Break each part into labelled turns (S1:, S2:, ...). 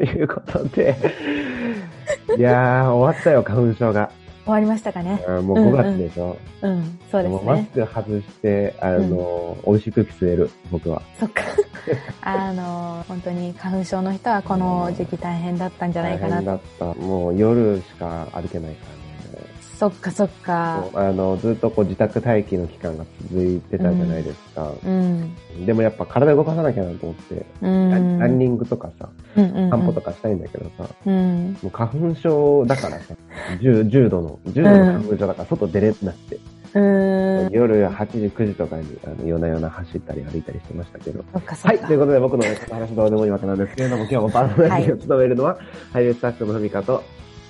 S1: いうことで、いやー、終わったよ、花粉症が。
S2: 終わりましたかね。
S1: あーもう5月でしょ。
S2: うん、そうで
S1: もう
S2: す
S1: マス
S2: ね。
S1: ク外して、あの、美味しく空気吸える、僕は。
S2: そっ か。あの、本当に花粉症の人はこの時期大変だったんじゃないか
S1: 大変
S2: な。
S1: だった。もう夜しか歩けないからね。
S2: そっかそっか。
S1: あの、ずっとこう自宅待機の期間が続いてたじゃないですか。
S2: うん。
S1: でもやっぱ体動かさなきゃなと思って、
S2: うん。
S1: ランニングとかさ、
S2: うんうんうん
S1: 散歩とかしたいんだけどさ、
S2: うん。
S1: もう花粉症だからさ、10, 10度の、10度の花粉症だから外出れなくて、
S2: うん。
S1: 夜8時、9時とかにあの夜な夜な走ったり歩いたりしてましたけど。
S2: そっかそ
S1: は
S2: っ
S1: い、
S2: か。
S1: ということで僕のねこの話どうでもいいわけなんですけれども、今日もパーソナリティを務めるのは、俳優スタッフのふみかと、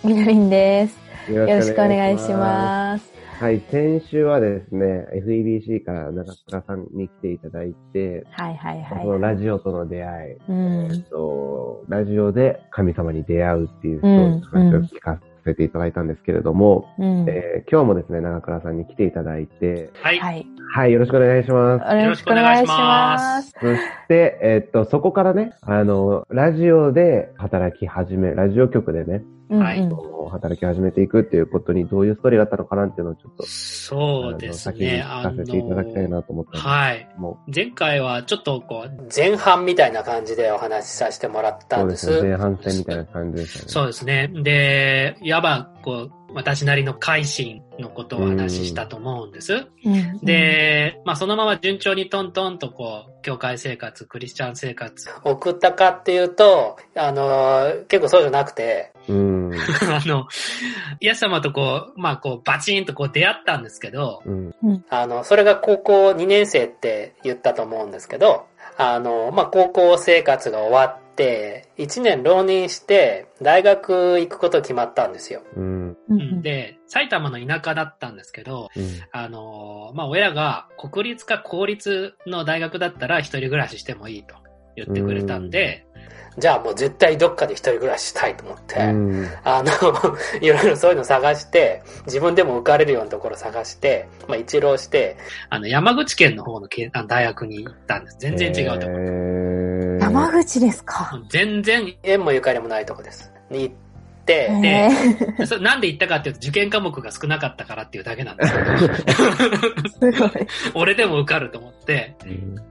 S2: みのりんです。
S1: よ
S2: よろしくお願いします。
S1: す。はい、先週はですね、FEBC から中倉さんに来ていただいて、
S2: はいはい
S1: その
S2: は
S1: ラジオとの出会い、
S2: い。う
S1: えっ
S2: ん。
S1: と、ラジオで神様に出会うっていうそういう話を聞かせていただいたんですけれども、
S2: うん。
S1: えー今日もですね、長倉さんに来ていただいて、
S3: はい。
S2: はい。
S1: はい、よろしくお願いします。
S2: よろしくお願いします。
S1: そして、えっと、そこからね、あの、ラジオで働き始め、ラジオ局でね、
S2: うん
S3: はい
S2: うん
S1: 働き始めていくっていうことにどういうストーリーがあったのかなっていうのをちょっと、
S3: そうですね。
S1: あの
S3: あ
S1: 先に聞かせていただきたい
S3: の、
S1: なと思ったんですけど
S3: はい。
S1: も
S3: 前回はちょっとこう、前半みたいな感じでお話しさせてもらっ
S1: う、
S3: た
S1: そう
S3: んで。
S1: ですすね。前半戦みたいな感じでしたね。
S3: そうですね。で、いわば、こう、私なりの改心のことをお話ししたと思うんです。
S2: うん。
S3: で、まあそのまま順調にトントンとこう、教会生活、クリスチャン生活。送ったかっていうと、あの、結構そうじゃなくて、
S1: うん。
S3: あの、イエス様とこう、まあこう、バチンとこう出会ったんですけど、
S1: うん。
S3: あの、それが高校2年生って言ったと思うんですけど、あの、まあ、高校生活が終わって、1年浪人して、大学行くこと決まったんですよ。
S1: うん。
S2: うんうん
S3: で、埼玉の田舎だったんですけど、
S1: うん。
S3: あの、まあ、親が国立か公立の大学だったら一人暮らししてもいいと言ってくれたんで、じゃあもう絶対どっかで一人暮らししたいと思って、
S1: うん
S3: あの、 いろいろそういうの探して、自分でも受かれるようなところ探して、まあ一浪して、あの、山口県の方のけあの大学に行ったんです。全然違うとこ。
S1: えー
S2: 山口ですか。
S3: 全然縁もゆかりもないとこです。に行って、
S2: へ
S3: で
S2: え
S3: そなんで行ったかっていうと受験科目が少なかったからっていうだけなんです けど、
S2: すごい。
S3: 俺でも受かると思って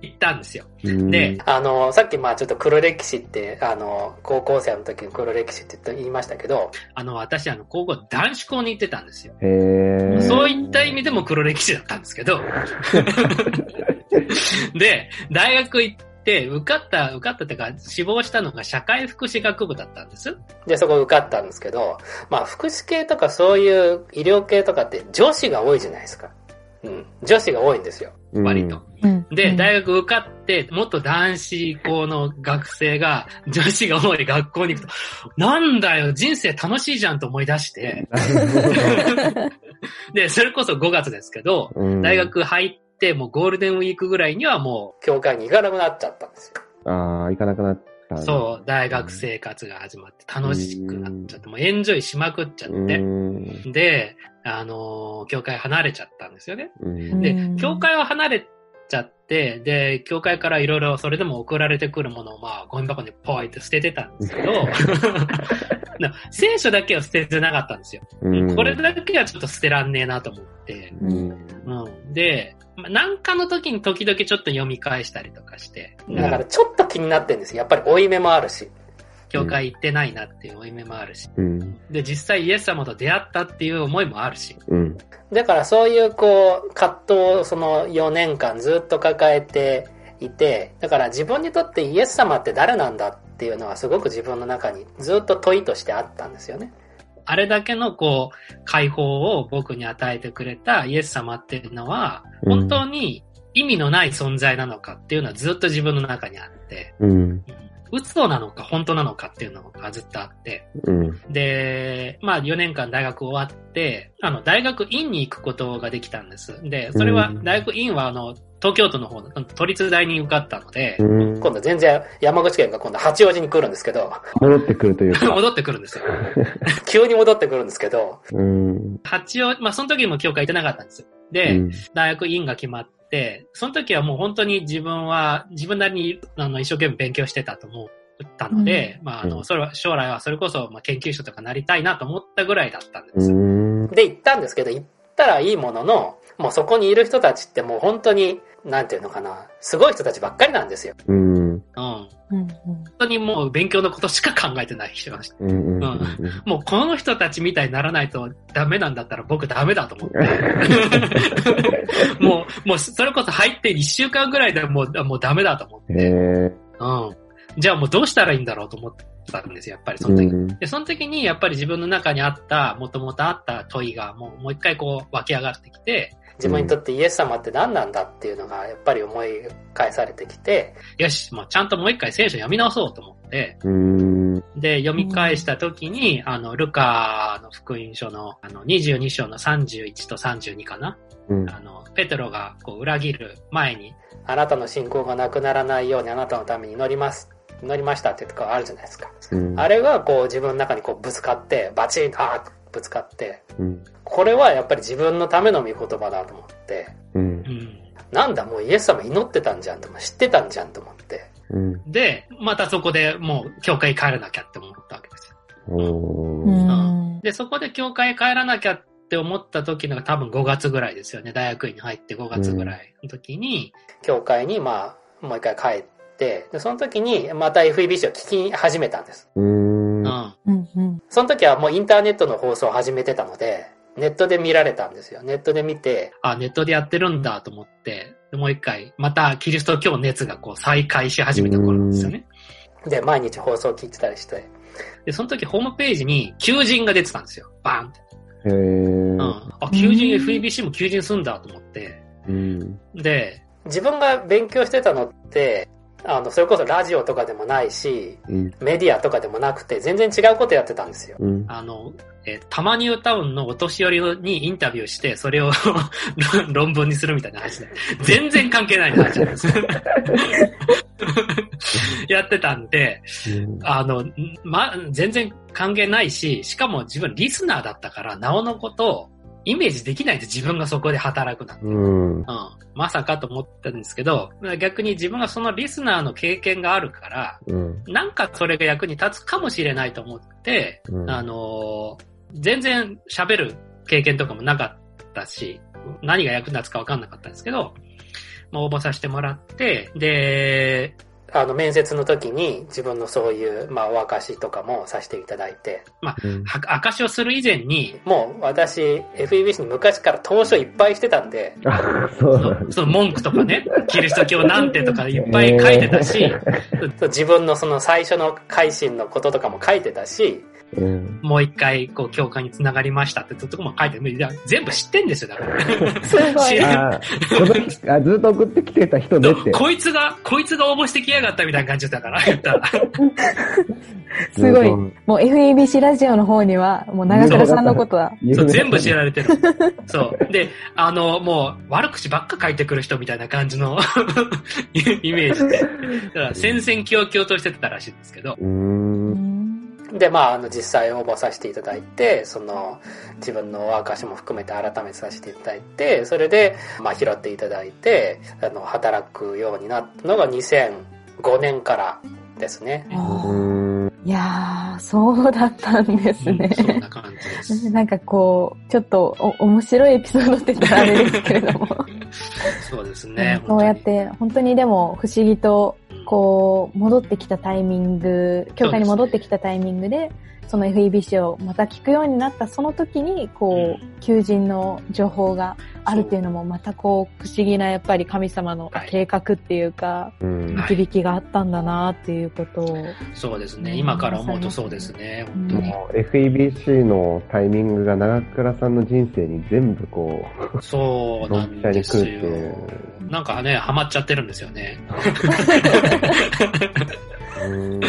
S3: 行ったんですよ。で、
S1: うん
S3: あの、さっきまあちょっと黒歴史って、あの、高校生の時の黒歴史って言いましたけど、あの、私あの、高校男子校に行ってたんですよ。
S1: へー
S3: そういった意味でも黒歴史だったんですけ ど。で、大学行って、受かった、受かったってか、志望したのが社会福祉学部だったんです。で、そこ受かったんですけど、まあ、福祉系とかそういう医療系とかって女子が多いじゃないですか。うん。女子が多いんですよ、割と。。
S2: うん
S3: で、
S2: うん
S3: 大学受かって、元男子校の学生が、女子が多い学校に行くと、なんだよ、人生楽しいじゃんと思い出して、で、それこそ5月ですけど、
S1: うん
S3: 大。学入って、もうゴールデンウィークぐらいにはもう、教会に行かなくなっちゃったんですよ。
S1: ああ、行かなくなった。
S3: そう、大学生活が始まって楽しくなっちゃって、もうエンジョイしまくっちゃっ
S1: うん。
S3: て、で、あのー教会離れちゃったんですよね。
S1: うん
S2: う
S3: で
S2: ん、
S3: 教会を離れちゃって、で、教会からいろいろそれでも送られてくるものを、まあ、ゴミ箱にポイって捨ててたんです けど、な聖書だけは捨ててなかったんですよ。
S1: うん
S3: これだけはちょっと捨てらんねえなと思って、
S1: うん
S3: うん。で、まあなんかの時に時々ちょっと読み返したりとかして、
S4: だからちょっと気になってるんですよ。やっぱり負い目もあるし。
S3: 教会行ってないなっていう負い目もあるし、
S1: うん。
S3: で、実際イエス様と出会ったっていう思いもあるし、
S1: うん。
S4: だからそういうこう、葛藤をその4年間ずっと抱えていて、だから自分にとってイエス様って誰なんだっていうのはすごく自分の中にずっと問いとしてあったんですよね。
S3: あれだけのこう、解放を僕に与えてくれたイエス様っていうのは、
S1: うん
S3: 本当に意味のない存在なのかっていうのはずっと自分の中にあって、
S1: うん。
S3: 嘘なのか本当なのかっていうのがずっとあって、
S1: うん。
S3: で、まあ4年間大学終わって、あの、大学院に行くことができたんです。で、それは
S1: うん、
S3: 大学院はあの、東京都の方の都立大に受かったので、
S1: うん
S4: 今度全然山口県が今度八王子に来るんですけど、
S1: 戻ってくるというか。
S3: 戻ってくるんですよ。
S4: 急に戻ってくるんですけど、
S1: うん。
S3: 八王子、まあその時も教会行ってなかったんですよ。
S1: う
S3: で、
S1: ん
S3: 大学院が決まって、その時はもう本当に自分は、自分なりにあの一生懸命勉強してたと思う。たので、まあ、あの、それは、将来はそれこそ、まあ、研究者とかなりたいなと思ったぐらいだったんで
S1: う
S3: す。
S1: ん。
S4: で、行ったんですけど、行ったらいいものの、もうそこにいる人たちってもう本当に、なんていうのかな、すごい人たちばっかりなんですよ。
S1: うん。
S3: うん。本
S2: うん
S3: 当にもう勉強のことしか考えてない人が
S1: うん。うん。うん。
S3: もうこの人たちみたいにならないとダメなんだったら僕ダメだと 思って。もう、もうそれこそ入って1週間ぐらいでもうもうダメだと思って。
S1: へえ。
S3: うん。じゃあもうどうしたらいいんだろうと思ったんですよ、やっぱりその時。
S1: うん。
S3: で、その時にやっぱり自分の中にあった、もともとあった問いがもうもう一回こう湧き上がってきて、
S4: 自分にとってイエス様って何なんだっていうのが、やっぱり思い返されてきて、
S3: よし、もうちゃんともう一回聖書読み直そうと思って、
S1: うん。
S3: で、読み返した時に、あの、ルカの福音書の、あの、22章の31と32かな
S1: うん。
S3: あの、ペトロがこう裏切る前に、
S4: あなたの信仰がなくならないようにあなたのために祈ります。祈りましたっていうとこあるじゃないですか。
S1: うん。
S4: あれがこう自分の中にこうぶつかって、バチンとあーぶつかって、
S1: うん。
S4: これはやっぱり自分のための御言葉だと思って、
S1: うん
S3: う。ん。
S4: なんだもうイエス様祈ってたんじゃんと思って、知ってたんじゃんと思って。
S1: うん。
S3: で、またそこでもう教会帰らなきゃって思ったわけです。
S1: お
S2: うん
S1: ー。
S2: うん
S3: で、そこで教会帰らなきゃって思った時のが多分5月ぐらいですよね。大学院に入って5月ぐらいの時に、
S4: 教会にまあもう一回帰ってでその時にまた FEBC を聞き始めたんです
S1: うん
S3: うん。。
S2: うんうん
S4: その時はもうインターネットの放送を始めてたのでネットで見られたんですよネットで見て
S3: あ、ネットでやってるんだと思って、でもう一回、またキリスト教熱がこう再開し始めた頃なんですよね。
S4: で毎日放送を聞いてたりして
S3: で、その時ホームページに求人が出てたんですよ。バーンって。
S1: へえ。
S3: うん。あ、求人、
S2: うん
S3: FEBC も求人すんだと思って。
S1: うん。
S3: で、
S4: 自分が勉強してたのってあのそれこそラジオとかでもないし
S1: うん。
S4: メディアとかでもなくて全然違うことやってたんですよ
S1: うん。
S3: あの、えーたまにタウンのお年寄りにインタビューして、それを 論論文にするみたいな話で、全然関係ない話なん です。やってたんで、あの、ま、全然関係ないし、しかも自分リスナーだったから、なおのことをイメージできないんです自分がそこで働くなんて。
S1: うん。
S3: うん、まさかと思ったんですけど、逆に自分がそのリスナーの経験があるから、
S1: うん。
S3: なんかそれが役に立つかもしれないと思って、
S1: うん。
S3: あのー全然喋る経験とかもなかったし、何が役立つか分かんなかったんですけど、まあ、応募させてもらって、で、
S4: あの面接の時に自分のそういう、まあ、お証しとかもさせていただいて
S1: うん。
S3: は証しをする以前に、
S4: もう私 FEBC に昔から投書いっぱいしてたんで
S1: あ、そう
S3: そ
S1: なん
S3: のその文句とか ね、キリスト教なんてとかいっぱい書いてたし、
S4: そう自分のその最初の改心のこととかも書いてたし、
S1: うん。
S3: もう一回、こう、教会に繋がりましたってとこも書いてるいや全部知ってんですよ、だから。
S2: すご
S3: 知
S2: い
S3: らん
S1: あこのあ、ずっと送ってきてた人ねって。
S3: こいつが、こいつが応募してきやがったみたいな感じだったから、言ったら。
S2: すごい
S1: うん。
S2: もう FEBC ラジオの方にはもう長倉さんのことだ
S3: そう、全部知られてる。そう。で、あの、もう、悪口ばっか書いてくる人みたいな感じの イメージで。だから、戦々恐々としてたらしいんですけど。
S1: うーん。
S4: で、まあ、あの、実際応募させていただいて、その、自分のお証も含めて改めてさせていただいて、それで、まあ、拾っていただいて、あの、働くようになったのが2005年からですね。
S2: あ
S1: う
S2: ーいやーそうだったんです
S3: うんそん
S2: ね
S3: な感じです。
S2: なんかこうちょっとお面白いエピソードって言ったらあれですけれども
S3: そうですね。
S2: そうやって、本当にでも不思議と、こう、戻ってきたタイミング、教会に戻ってきたタイミングで、その FEBC をまた聞くようになったその時に、こ
S3: う
S2: う、求人の情報があるっていうのも、またこう、不思議なやっぱり神様の
S3: はい
S2: 計画っていうか、
S1: ん。
S3: はい
S2: 導きがあったんだなっていうことを。
S3: そうですね。今から思うとそうですね。本当に。
S1: もう FEBC のタイミングが長倉さんの人生に全部こ
S3: そうなんですよ
S1: ドンピシャに来るってい。
S3: なんかね、ハマっちゃってるんですよね。
S1: う、うん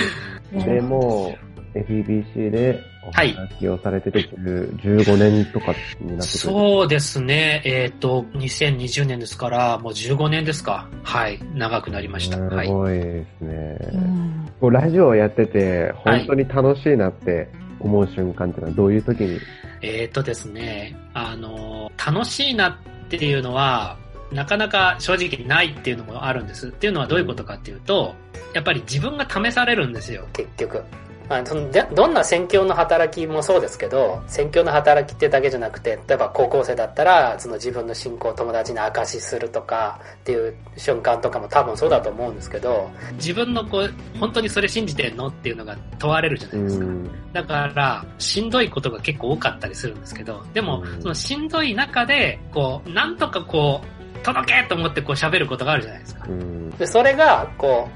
S2: いや
S1: でもう FEBC でお
S3: はい
S1: 話をされてて10 15年とかになってくる。
S3: そうですね。えっ、と、2020年ですから、もう15年ですか。はい。長くなりました。は
S1: す
S3: い。
S1: ごいですね。
S2: うん
S1: こうラジオをやってて、
S3: は
S1: 本
S3: い
S1: 当に楽しいなって思う瞬間ってのはどういう時に
S3: えー、っとですね、あの、楽しいなっていうのは、なかなか正直ないっていうのもあるんです。っていうのはどういうことかっていうと、やっぱり自分が試されるんですよ。
S4: 結局。まあ、そのでどんな宣教の働きもそうですけど宣教の働きってだけじゃなくて例えば高校生だったらその自分の信仰を友達に明かしするとかっていう瞬間とかも多分そうだと思うんですけど
S3: 自分のこう、本当にそれ信じてんのっていうのが問われるじゃな
S1: う
S3: いですか。
S1: ん。
S3: だから、しんどいことが結構多かったりするんですけど、でも
S1: う、ん
S3: そのしんどい中で、こう、なんとかこう、届けと思ってこう喋ることがあるじゃないですか
S1: う。ん。
S4: でそれがこ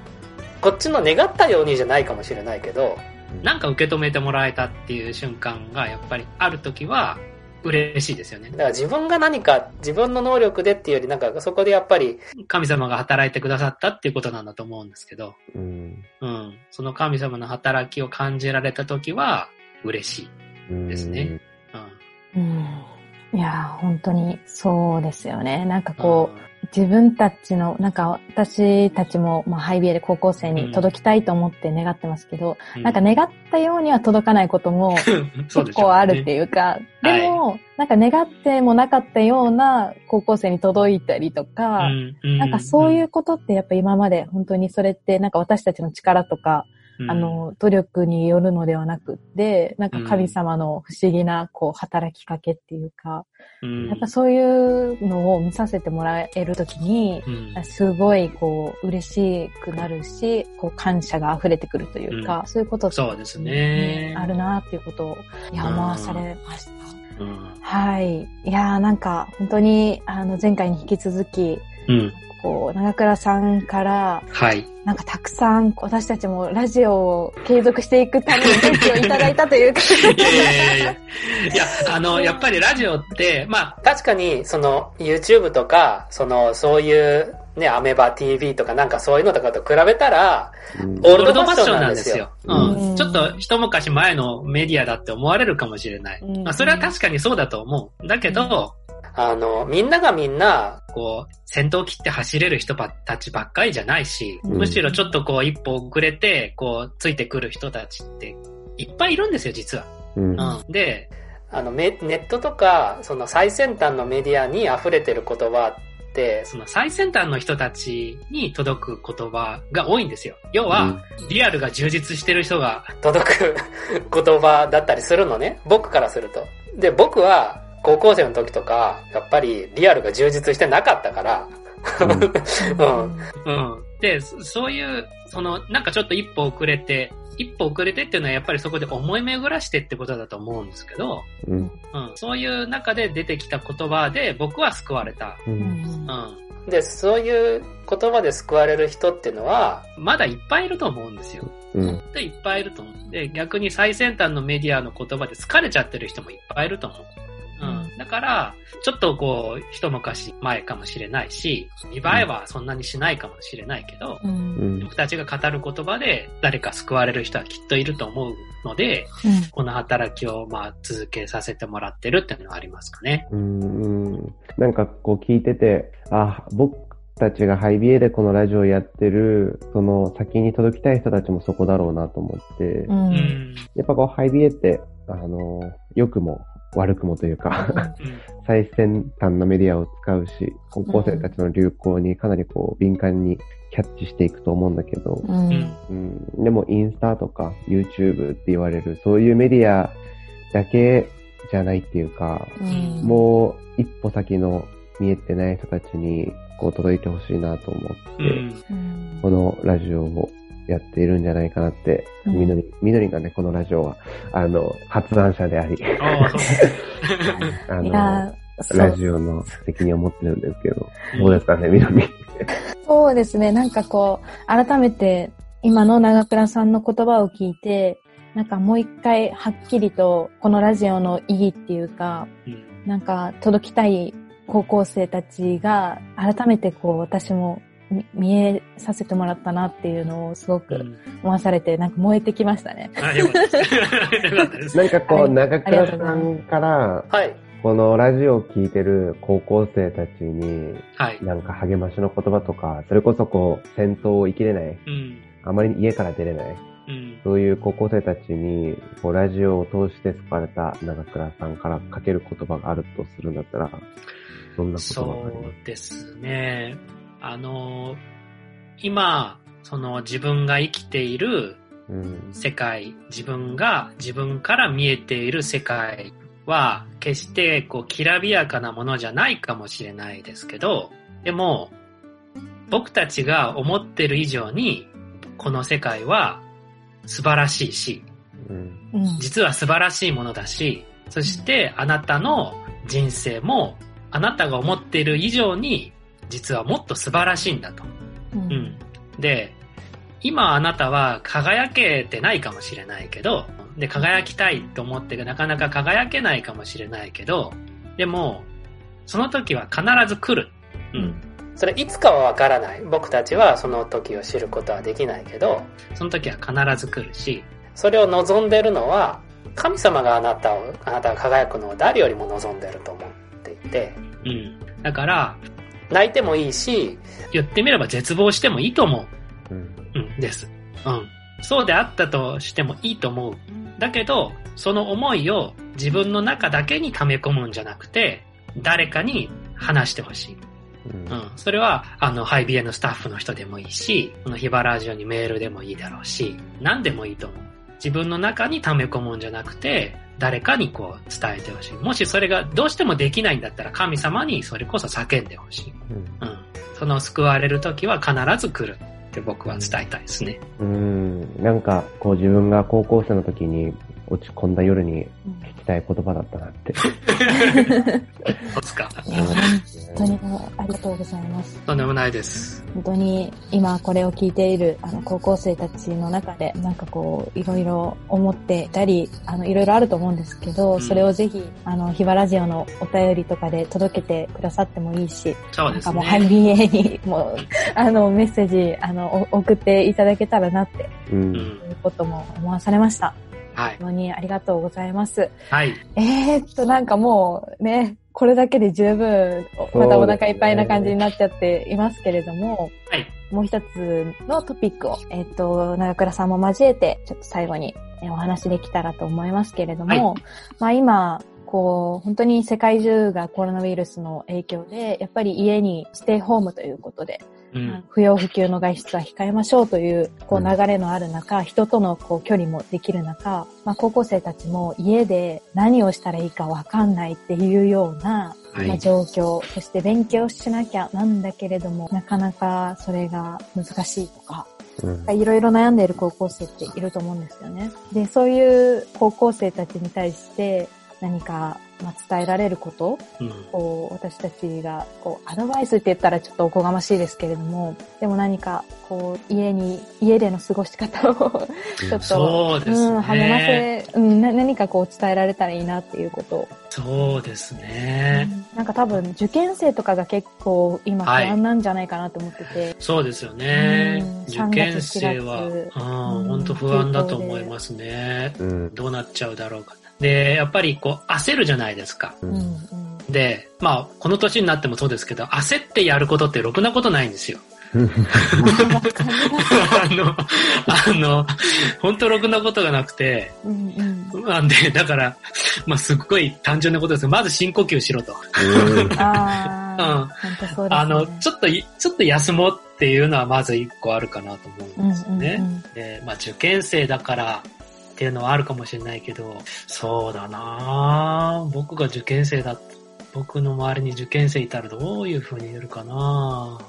S4: うこっちの願ったようにじゃないかもしれないけど
S3: なんか受け止めてもらえたっていう瞬間がやっぱりある時は嬉しいですよね
S4: だ。から自分が何か自分の能力でっていうよりなんかそこでやっぱり
S3: 神様が働いてくださったっていうことなんだと思うんですけど、
S1: うん。
S3: うん。その神様の働きを感じられた時は嬉しい。
S1: うん
S3: ですね。うん。
S2: うんいやー、本当にそうですよね。なんかこ
S3: うん
S2: う、自分たちの、なんか私たちも、まあ、ハイビエで高校生に届きたいと思って願ってますけど、
S3: う
S2: なんか、願ったようには届かないこと も
S3: そうで
S2: 結
S3: しょうね
S2: 構あるっていうか、で
S3: はい
S2: も、なんか願ってもなかったような高校生に届いたりと
S3: う
S2: か、
S3: んう
S2: なんかそういうことってやっぱ今まで本当にそれってなんか私たちの力とか、
S3: うん
S2: あの、努力によるのではなくって、なんか神様の不思議な、こう、働きかけっていうか、
S3: うん
S2: やっぱそういうのを見させてもらえるときに、
S3: うん
S2: すごい、こう、嬉しくなるし、こう、感謝が溢れてくるというか、そういうことって
S3: そうですね
S2: あるなっていうことを、いや、
S3: うん
S2: 思わされました。
S3: うん
S2: はい。いやーなんか、本当に、あの、前回に引き続き、
S3: うん
S2: こう、長倉さんから、
S3: はい。
S2: なんかたくさん私たちもラジオを継続していくために元気をいただいたというか。
S3: いやいやいやいや。いや、あの、やっぱりラジオって、まあ、
S4: 確かにその YouTube とかそのそういうねアメバ TV とかなんかそういうのとかと比べたら
S1: うん
S4: オ
S3: オ
S4: ー
S3: ール
S4: ルド
S3: ド
S4: フ
S3: ファ
S4: ァッ
S3: ッ
S4: シ
S3: シ
S4: ョ
S3: ョ
S4: ン
S3: ン
S4: な
S3: なんん
S4: で
S3: ですす
S4: よ
S3: よ。
S2: う
S3: うんん。ちょっと一昔前のメディアだって思われるかもしれない。まあ、それは確かにそうだと思う。だけど、
S4: あのみんながみんな
S3: こう、戦闘機って走れる人ばたちばっかりじゃないし、
S2: うん
S3: むしろちょっとこう一歩遅れて、こう、ついてくる人たちっていっぱいいるんですよ、実は。
S1: うん。
S3: うん。で、
S4: あのメネットとかその最先端のメディアに溢れてる言葉って
S3: その最先端の人たちに届く言葉が多いんですよ。要は、リアルが充実してる人が、
S4: 届く言葉だったりするのね僕からするとで僕は高校生の時とかやっぱりリアルが充実してなかったから うん
S3: うん。で、そそういう、その、なんかちょっと一歩遅れて、一歩遅れてっていうのはやっぱりそこで思い巡らしてってことだと思うんですけど、
S1: うん。
S3: うん。そういう中で出てきた言葉で僕は救われた。
S1: う。
S2: うんん
S3: うん。
S4: でそういう言葉で救われる人っていうのは
S3: まだいっぱいいると思うんですよ。
S1: うん。
S3: で、いっぱいいると思う。で、逆に最先端のメディアの言葉で疲れちゃってる人もいっぱいいると思う。うん。だから、ちょっとこう、一昔前かもしれないし、見栄えはそんなにしないかもしれないけど、
S2: う
S1: うんん。
S3: 僕たちが語る言葉で誰か救われる人はきっといると思うので、この働きをまあ続けさせてもらってるっていうのはありますかね。
S1: うんうんなんかこう聞いてて、あ、僕たちがハイビエでこのラジオやってる、その先に届きたい人たちもそこだろうなと思って、
S2: う
S3: うんん。
S1: やっぱこうハイビエって、あの、良くも悪くもというか、 最先端のメディアを使うし、高校生たちの流行にかなりこう敏感にキャッチしていくと思うんだけど、
S2: う
S3: うん。うんん。
S1: うん、でもインスタとか YouTube って言われる、そういうメディアだけじゃないっていうか、
S2: うん
S1: もう一歩先の見えてない人たちにこう届いてほしいなと思って、
S3: うん。
S2: うん
S1: このラジオをやっているんじゃないかなって、
S2: うん
S1: みのり、みのりがね、このラジオは、あの、発案者であり、
S3: ああ、そう
S1: あ
S2: い
S1: の、
S2: やーそ
S1: ラ
S2: う
S1: ジオの責任を持ってるんですけど、どうですかね、みのり。
S2: そうですね。なんかこう、改めて今の長倉さんの言葉を聞いて、なんかもう一回はっきりとこのラジオの意義っていうか、
S3: うん
S2: なんか届きたい高校生たちが改めてこう私も見見えさせてもらったなっていうのをすご
S3: う
S2: く
S3: ん。
S2: 思わされて、なんか燃えてきましたね。
S3: あ、よか ったです。よかったです。
S1: なんかこ
S2: は
S1: う、
S2: い
S1: 長
S2: あり
S1: 倉
S2: がとうござ
S1: さ
S2: いま
S1: んから、
S4: はい
S1: このラジオを聴いてる高校生たちに、
S3: はい。
S1: なんか励ましの言葉とか、それこそこう、戦闘を生きれない、
S3: うん。
S1: あまり家から出れない、
S3: うん。
S1: そういう高校生たちに、こう、ラジオを通して救われた長倉さんからかける言葉があるとするんだったら、どんなことがあ
S3: そ
S1: ります
S3: うですね。あの、今、その自分が生きている
S1: うん。
S3: 世界、自分が自分から見えている世界は、決してこう、きらびやかなものじゃないかもしれないですけど、でも、僕たちが思ってる以上に、この世界は素晴らしいし、
S1: うん。
S2: うん。
S3: 実は素晴らしいものだし、そしてあなたの人生もあなたが思っている以上に実はもっと素晴らしいんだと。
S2: う。
S3: うんん。で、今あなたは輝けてないかもしれないけど、で、輝きたいと思ってなかなか輝けないかもしれないけど、でも、その時は必ず来る。うん。
S4: それいつかはわからない。僕たちはその時を知ることはできないけど、
S3: その時は必ず来るし、
S4: それを望んでるのは、神様があなたを、あなたが輝くのを誰よりも望んでると思っていて、
S3: うん。だから、
S4: 泣いてもいいし、
S3: 言ってみれば絶望してもいいと思う。
S1: うん。
S3: うん、です。うん。そうであったとしてもいいと思う。だけど、その思いを自分の中だけに溜め込むんじゃなくて、誰かに話してほしい。
S1: うん。
S3: うん。それは、あの、ハイビエのスタッフの人でもいいし、このヒバラジオにメールでもいいだろうし、何でもいいと思う。自分の中に溜め込むんじゃなくて、誰かにこう伝えてほしい。もしそれがどうしてもできないんだったら神様にそれこそ叫んでほしい。
S1: うん
S3: うん。その救われる時は必ず来るって僕は伝えたいですね。
S1: うん。なんか、こう自分が高校生の時に落ち込んだ夜に
S2: うん
S1: 聞きたい言葉だったなって。
S3: そうですか。
S2: 本当にもうありがとうございます。
S3: とんでもないです。
S2: 本当に今これを聞いているあの高校生たちの中でなんかこういろいろ思っていたりあのいろいろあると思うんですけど、
S3: うん
S2: それをぜひあのヒバラジオのお便りとかで届けてくださってもいいし、
S3: そう
S2: なん
S3: で
S2: か
S3: す
S2: もうハイ
S3: ね。
S2: ビエにもうあのメッセージあのお送っていただけたらなって
S1: う。
S3: うんん。
S2: いうことも思わされました。
S3: はい。
S2: 本当にありがとうございます。
S3: はい。
S2: えー、っと、なんかもうね、これだけで十分、
S1: すね
S2: またお腹いっぱいな感じになっちゃっていますけれども、
S3: はい。
S2: もう一つのトピックを、えっと、長倉さんも交えて、ちょっと最後にえお話できたらと思いますけれども、まあ今、こう、本当に世界中がコロナウイルスの影響で、やっぱり家にステイホームということで、
S3: うん。
S2: 不要不急の外出は控えましょうという、こう
S1: うん
S2: 流れのある中、人とのこう距離もできる中、まあ高校生たちも家で何をしたらいいかわかんないっていうような、
S3: は
S2: まあ
S3: い。
S2: 状況、そして勉強しなきゃなんだけれども、なかなかそれが難しいとか、
S1: うん。
S2: いろいろ悩んでいる高校生っていると思うんですよね。で、そういう高校生たちに対して何か、まあ伝えられること
S3: うん。
S2: こう、私たちが、こう、アドバイスって言ったらちょっとおこがましいですけれども、でも何か、こう、家に、家での過ごし方を、ちょっと、
S3: そうで
S2: うん、
S3: す
S2: 励ま
S3: ね。
S2: せ、うん、な何かこう伝えられたらいいなっていうことを。
S3: そうですね。
S2: なんか多分、受験生とかが結構今不
S3: はい
S2: 安なんじゃないかなと思ってて、
S3: そうですよね
S2: うん。
S3: 受験生は、うん、本当不安だと思いますね。
S1: うん。
S3: どうなっちゃうだろうか。で、やっぱりこう、焦るじゃないですか。
S1: う
S2: うん、うん
S1: ん。。
S3: で、まあ、この年になってもそうですけど、焦ってやることってろくなことないんですよ。 あの、あの、本当ろくなことがなくて、
S2: うん、うん。
S3: なんで、だから、まあ、すっごい単純なことですけどまず深呼吸しろと。
S2: ああ、
S3: うん
S2: 本当そうです、ね。
S3: あの、ちょっとい、ちょっと休もうっていうのはまず一個あるかなと思うんですよね。
S2: うん、うん、
S3: でまあ、受験生だからっていうのはあるかもしれないけど、そうだなぁ僕が受験生だ僕の周りに受験生いたらどういう風に言えるかなぁ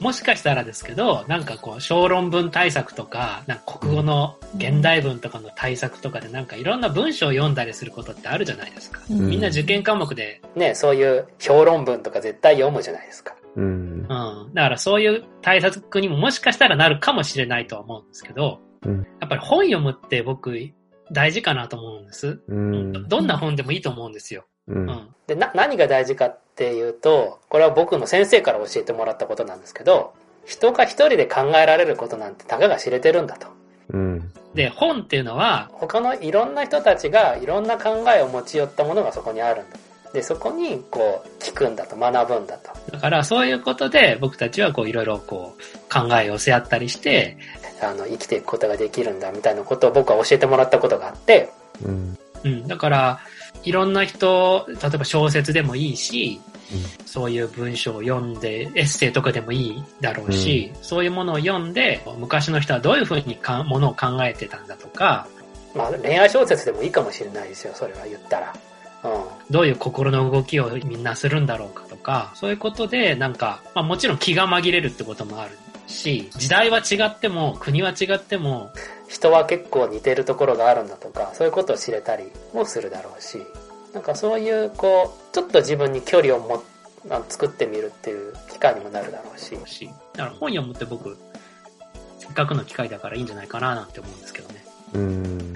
S3: もしかしたらですけど、なんかこう、小論文対策とか、なんか国語の現代文とかの対策とかで、なんかいろんな文章を読んだりすることってあるじゃないですか。
S2: うん
S3: みんな受験科目で
S4: ね、そういう評論文とか絶対読むじゃないですか。
S1: うん。
S3: うん。だからそういう対策にももしかしたらなるかもしれないとは思うんですけど、
S1: うん
S3: やっぱり本読むって僕大事かなと思うんです。
S1: う。
S3: うんん、どんな本でもいいと思うんですよ。
S1: う。
S3: うんん。
S4: で、な、何が大事かっていうと、これは僕の先生から教えてもらったことなんですけど、人が一人で考えられることなんてたかが知れてるんだと。
S1: うん。
S3: で、本っていうのは、
S4: 他のいろんな人たちがいろんな考えを持ち寄ったものがそこにあるんだ。で、そこにこう、聞くんだと、学ぶんだと。
S3: だからそういうことで僕たちはこういろいろこう考えを寄せ合ったりして、
S4: あの、生きていくことができるんだ、みたいなことを僕は教えてもらったことがあって、
S1: うん。
S3: うん。だから、いろんな人、例えば小説でもいいし、そういう文章を読んで、エッセイとかでもいいだろうし、そういうものを読んで、昔の人はどういうふうにかものを考えてたんだとか、
S4: まあ、恋愛小説でもいいかもしれないですよ、それは言ったら。うん、
S3: どういう心の動きをみんなするんだろうかとか、そういうことで、なんか、まあもちろん気が紛れるってこともあるし、時代は違っても、国は違っても、
S4: 人は結構似てるところがあるんだとか、そういうことを知れたりもするだろうし、なんかそういう、こう、ちょっと自分に距離をもあの作ってみるっていう機会にもなるだろうし。
S3: だから本読むって僕、せっかくの機会だからいいんじゃないかななんて思うんですけどね。
S1: うん。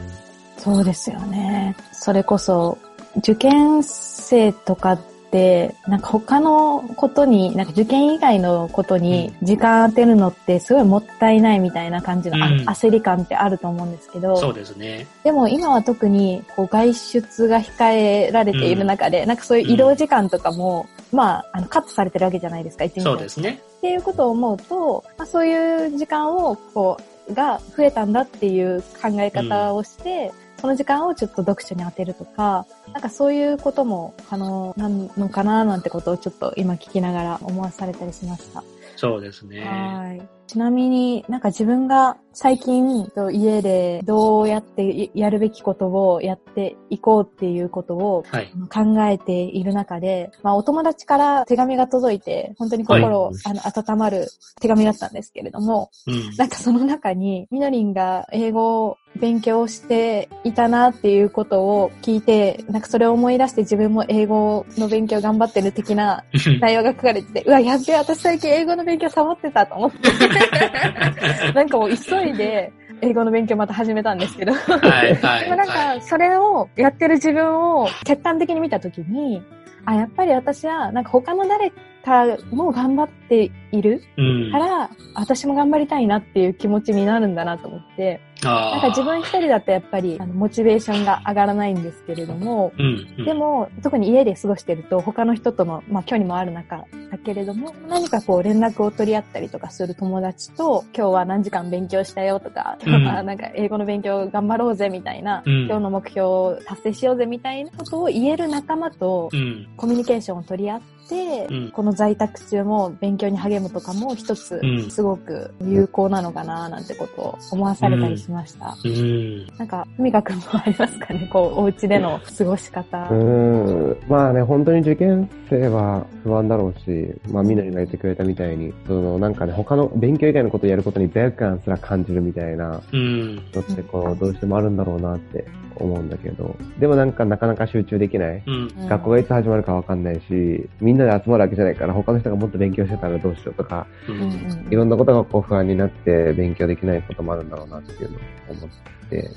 S2: そうですよね。それこそ、受験生とかって、なんか他のことに、なんか受験以外のことに時間当てるのってすごいもったいないみたいな感じのあ
S3: うん
S2: 焦り感ってあると思うんですけど、
S3: そうですね。
S2: でも今は特にこう外出が控えられている中で、なんかそういう移動時間とかも、まあ、あのカットされてるわけじゃないですか、一日
S3: そ
S2: の
S3: うですね。
S2: っていうことを思うと、まあ、そういう時間を、こう、が増えたんだっていう考え方をして、その時間をちょっと読書に当てるとか、なんかそういうことも可能なのかななんてことをちょっと今聞きながら思わされたりしました。
S3: そうですね。
S2: はい。ちなみになんか自分が最近と家でどうやってやるべきことをやっていこうっていうことを
S3: はい。
S2: 考えている中で、まあ、お友達から手紙が届いて、本当に心を、
S1: はい
S2: あの温まる手紙だったんですけれども、
S3: うん。
S2: なんかその中に、みのりんが英語を勉強していたなっていうことを聞いて、なんかそれを思い出して自分も英語の勉強頑張ってる的な内容が書かれてて、うわ、やっべえ、私最近英語の勉強サボってたと思 って、なんかもう急いで英語の勉強また始めたんですけど、
S3: はい、は
S2: で
S3: い。
S2: もなん
S3: は
S2: か、
S3: い
S2: それをやってる自分を客観的に見たときに、あ、やっぱり私は、なんか他の誰かも頑張っている
S3: うん
S2: か。ら、私も頑張りたいなっていう気持ちになるんだなと思って、
S3: な
S2: なんか自分一人だとやっぱり、あのモチベーションが上がらないんですけれども、
S3: うん、うん。
S2: でも、特に家で過ごしてると、他の人との、まあ、距離もある中だけれども、何かこう、連絡を取り合ったりとかする友達と、今日は何時間勉強したよとか、
S3: うん
S2: 今日 はなんか英語の勉強頑張ろうぜみたいな、
S3: うん
S2: 今日の目標を達成しようぜみたいなことを言える仲間と
S3: う、ん、
S2: コミュニケーションを取り合って、
S3: うん
S2: この在宅中も勉強に励むとかも一つ
S3: うん
S2: すごく有効なのかななんてことを思わされたりしました。
S3: うん。
S2: なんか、ふみかくんもありますかねこう、お家での過ごし方。
S1: うーんまあね、本当に受験生は不安だろうし、まあ、みのりが言ってくれたみたいに、その、なんかね、他の勉強以外のことをやることに罪悪感すら感じるみたいな
S3: うん。
S1: のって、こう、どうしてもあるんだろうなって思うんだけど、でもなんかなかなか集中できない。
S3: うん。
S2: うん
S1: 学校がいつ始まるかわかんないし、みんなで集まるわけじゃないから、他の人がもっと勉強してたらどうしようとか、
S3: う。
S2: うんうんん
S1: いろんなことがこう不安になって勉強できないこともあるんだろうなっていうのを思って、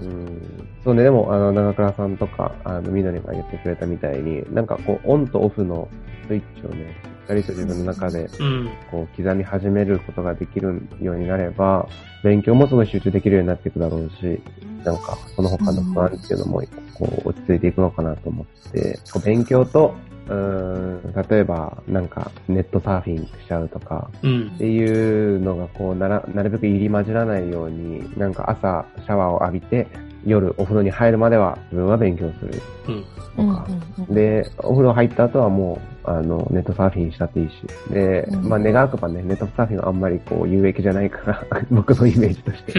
S1: うんそうね、でも、あの、長倉さんとか、あの、みのりが言ってくれたみたいに、なんかこう、オンとオフのスイッチをね、しっかりと自分の中で、
S3: うん。
S1: こう、刻み始めることができるようになれば、勉強もすごい集中できるようになっていくだろうし、なんか、その他の不安っていうのも、こう、落ち着いていくのかなと思って、こう勉強と、うーん、例えば、なんか、ネットサーフィンしちゃうとか、
S3: うん
S1: っ。ていうのがこうならなるべく入り混じらないようになんか朝シャワーを浴びて夜お風呂に入るまでは自分は勉強する
S3: うん。
S1: とか、
S2: うん
S1: でお風呂入った後はもうあのネットサーフィンしたっていいしで、
S2: うん
S1: まあ願わくばねネットサーフィンはあんまりこう有益じゃないから 僕のイメージとして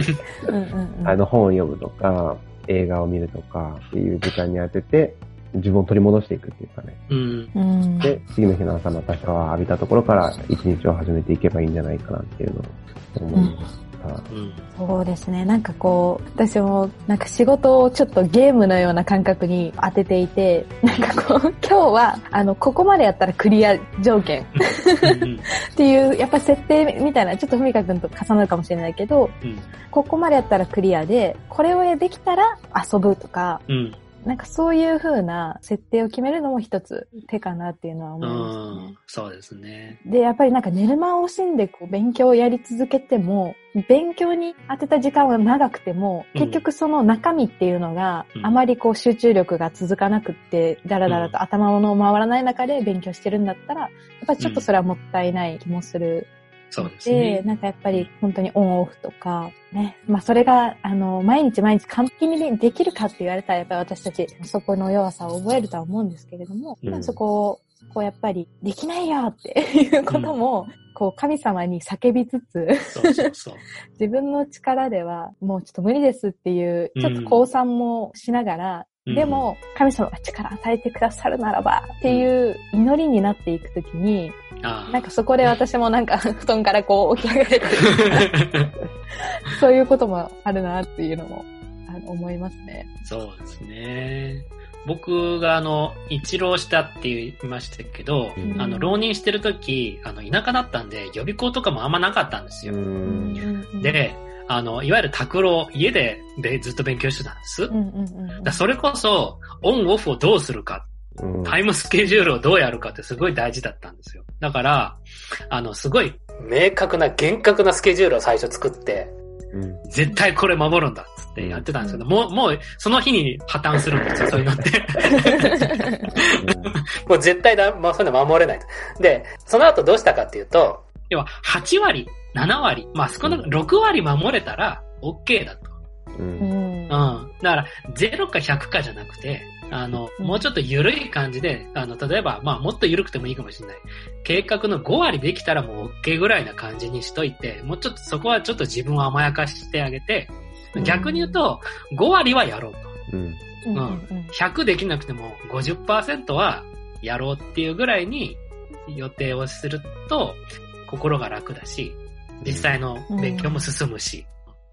S2: うんうんうん
S1: あの本を読むとか映画を見るとかっていう時間に当てて自分を取り戻していくっていうかね。
S3: うん。
S2: うん
S1: で、次の日の朝またシャワー浴びたところから一日を始めていけばいいんじゃないかなっていうのを思いました。
S3: うん。
S2: そうですね。なんかこう、私も、なんか仕事をちょっとゲームのような感覚に当てていて、 なんかこう、今日は、あの、ここまでやったらクリア条件
S3: うん。
S2: っていう、やっぱ設定みたいな、ちょっとふみかくんと重なるかもしれないけど、
S3: うん
S2: ここまでやったらクリアで、これをできたら遊ぶとか、
S3: うん。
S2: なんかそういう風な設定を決めるのも一つ手かなっていうのは思いました
S3: う
S2: ね
S3: ん。。そうですね。
S2: で、やっぱりなんか寝る間を惜しんでこう勉強をやり続けても、勉強に当てた時間は長くても、
S3: うん
S2: 結局その中身っていうのが
S3: う、ん
S2: あまりこう集中力が続かなくって、だらだら
S3: う
S2: と頭の回らない中で勉強してるんだったら、やっぱりちょっとそれはもったいない気もする
S3: そうです
S2: で、
S3: ね。
S2: なんかやっぱり本当にオンオフとか、ね。まあそれが、あの、毎日毎日完璧にできるかって言われたら、やっぱり私たちそこの弱さを覚えるとは思うんですけれども、
S1: うん
S2: まあそこをこうやっぱり、できないよっていうことも、こう神様に叫びつつ、
S3: そうそうそう。
S2: 自分の力ではもうちょっと無理ですっていう、ちょっと降参もしながら、
S3: うん
S2: でも、神様が力与えてくださるならばっていう祈りになっていくときに、
S3: あ
S2: なんかそこで私もなんか布団からこう起き上がれて、
S3: あ。
S2: そういうこともあるなっていうのもあの思いますね。
S3: そうですね。僕があの、一浪したって言いましたけど、
S1: うん
S3: あの、浪人してる時、あの、田舎だったんで、予備校とかもあんまなかったんですよ。
S1: ん。
S3: で、あの、いわゆる宅浪、家でべずっと勉強してたんです。
S2: う
S3: だか
S2: んうんうんうん
S3: らそれこそ、オンオフをどうするか、
S1: うん
S3: タイムスケジュールをどうやるかってすごい大事だったんですよ。だから、あの、すごい、
S4: 明確な、厳格なスケジュールを最初作って、
S1: うん
S3: 絶対これ守るんだっつってやってたんですけど、
S2: うん
S3: もう、もう、その日に破綻するんですよ、そういうのって。
S4: もう絶対だ、まあ、そういうの守れないと。で、その後どうしたかっていうと、
S3: 要は、8割、7割、まあ少なく6割守れたら OK だと。
S1: う
S2: うんん
S3: うん。だから、0か100かじゃなくて、あの、
S2: うん
S3: もうちょっと緩い感じで、あの、例えば、まあもっと緩くてもいいかもしれない。計画の5割できたらもう OK ぐらいな感じにしといて、もうちょっとそこはちょっと自分を甘やかしてあげて、逆に言うと、5割はやろうと。
S1: うん
S2: うんうん
S3: 100できなくても50%はやろうっていうぐらいに予定をすると心が楽だし、実際の勉強も進むし、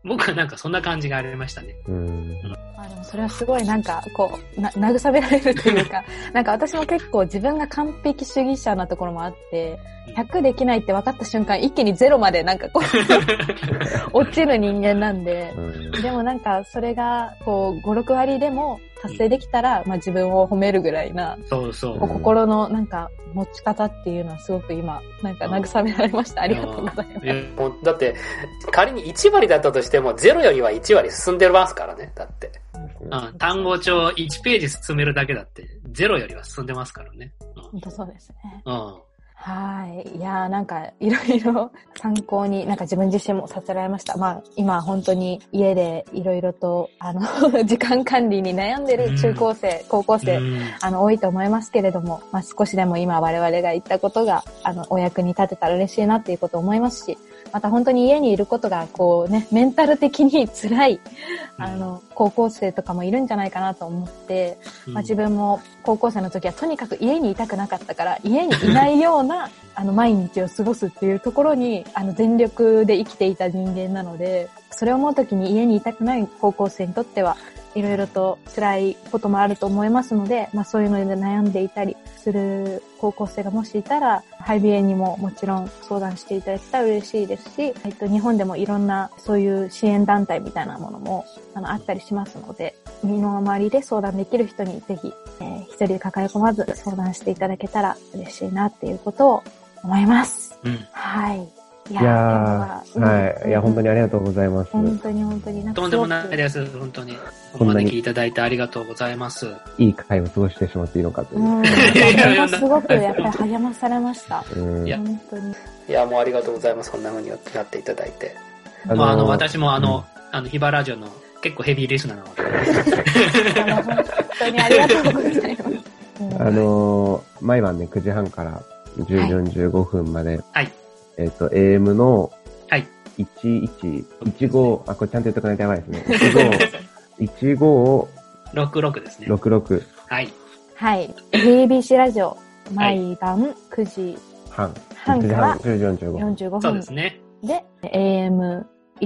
S3: 僕はなんかそんな感じがありましたね。
S1: うん
S2: あでもそれはすごいなんか、こう、な、慰められるというか、 なんか私も結構自分が完璧主義者なところもあって、100できないって分かった瞬間、一気にゼロまでなんかこ う、落ちる人間なんで
S1: う、ん
S2: でもなんかそれが、こう、5、6割でも達成できたら、まあ自分を褒めるぐらいな、
S3: そうそう
S2: こう。心のなんか持ち方っていうのはすごく今、なんか慰められました。ありがとうございます。
S3: うん
S4: もうだって、仮に1割だったとしても、0よりは1割進んでますからね、だって。
S3: うん単語帳1ページ進めるだけだって、ゼロよりは進んでますからね。
S2: 本当そうですね。
S3: うん。うん
S2: はい。いやーなんか、いろいろ参考に、なんか自分自身もさせられました。まあ、今本当に家でいろいろと、あの、 時間管理に悩んでる中高生、高校生、
S3: うん
S2: あの、多いと思いますけれども、まあ、少しでも今我々が言ったことが、あの、お役に立てたら嬉しいなっていうことを思いますし、また本当に家にいることが、こうね、メンタル的に辛い、あの、高校生とかもいるんじゃないかなと思って、まあ、自分も高校生の時はとにかく家にいたくなかったから、家にいないような、あの、毎日を過ごすっていうところに、あの、全力で生きていた人間なので、それを思う時に家にいたくない高校生にとっては、いろいろと辛いこともあると思いますので、まあそういうので悩んでいたりする高校生がもしいたら、ハイビエにももちろん相談していただけたら嬉しいですし、えっと、日本でもいろんなそういう支援団体みたいなものもあのあったりしますので、身の回りで相談できる人にぜひ、えー一人で抱え込まず相談していただけたら嬉しいなっていうことを思います。
S3: うん
S2: はい。い
S1: いやー、はい。いや、本当
S2: に。
S1: にありがとうございます。
S2: 本当に本当に。
S3: とんでもない
S2: す
S3: です、本当に。お
S1: こんなに
S3: 招きいただいてありがとうございます。
S1: いい会を過ごしてしまっていいのかと
S2: う
S1: い
S2: ん、
S1: う。
S2: 私もすごくやっぱり励まされました。
S1: うん
S3: いや
S2: 本当に。
S4: いや、もうありがとうございます。こんな風になっていただいて。
S1: あ
S3: まあ、あの、
S1: ー
S3: 私もあの、あの、ヒバラジオの結構ヘビーリスナーな
S2: あの
S3: ので、
S2: 本当にありがとうございます。うん
S1: あのー毎晩ね、9時半から14時15分まで、
S3: はい
S1: えっ、と、AM の、
S3: はい
S1: 1115、あ、これちゃんと言っとかないとやばいですね。15、
S3: 66ですね。
S1: 1566
S3: はい。
S2: はい。BBC ラジオ、毎晩9時
S1: 半。
S2: 半
S1: 9
S2: か
S1: 時
S2: ら
S1: 半、14時15分。
S2: 45
S3: そう
S2: 分
S3: ですね。
S2: で、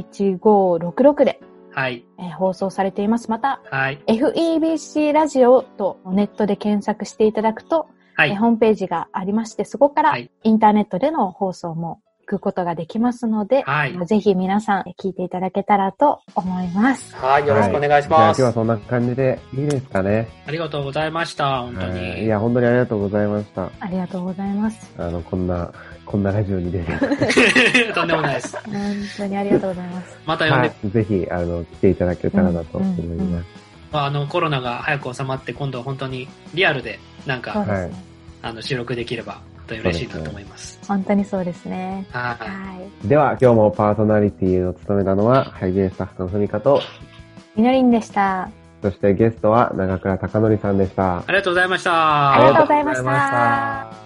S2: AM1566 で、
S3: はい。
S2: えー放送されています。また、
S3: はい。
S2: FEBC ラジオとネットで検索していただくと、
S3: は
S2: えー
S3: い。
S2: ホームページがありまして、そこから
S3: はい
S2: インターネットでの放送も聞くことができますので、
S3: はい
S2: ぜひ皆さん聞いていただけたらと思います。
S4: はい、よろしくお願いし
S1: は
S4: ま
S1: じ
S4: す。
S1: ゃあ今日はそんな感じでいいですかね。
S3: ありがとうございました。本当
S1: はい
S3: に。
S1: いや、本当にありがとうございました。
S2: ありがとうございます。
S1: あの、こんな、こんなラジオに出 て。
S3: とんでもないです。
S2: 本当にありがとうございます。
S3: また呼ん
S1: は
S3: で、
S1: い。ぜひ、あの、来ていただけたらなと思います。
S3: まああの、コロナが早く収まって、今度本当にリアルで、なん
S2: そう
S3: か、
S2: ですね。
S1: はい
S3: あの、収録できれば、本当に嬉しいなと思います。
S2: 本当にそうですね。
S3: は
S2: はい。
S1: では、今日もパーソナリティを務めたのは、ハイビエスタッフのふみかと、
S2: みのりんでした。
S3: い。
S1: そしてゲストは長倉貴則さんでした。
S3: ありがとうございました。
S2: ありがとうございました。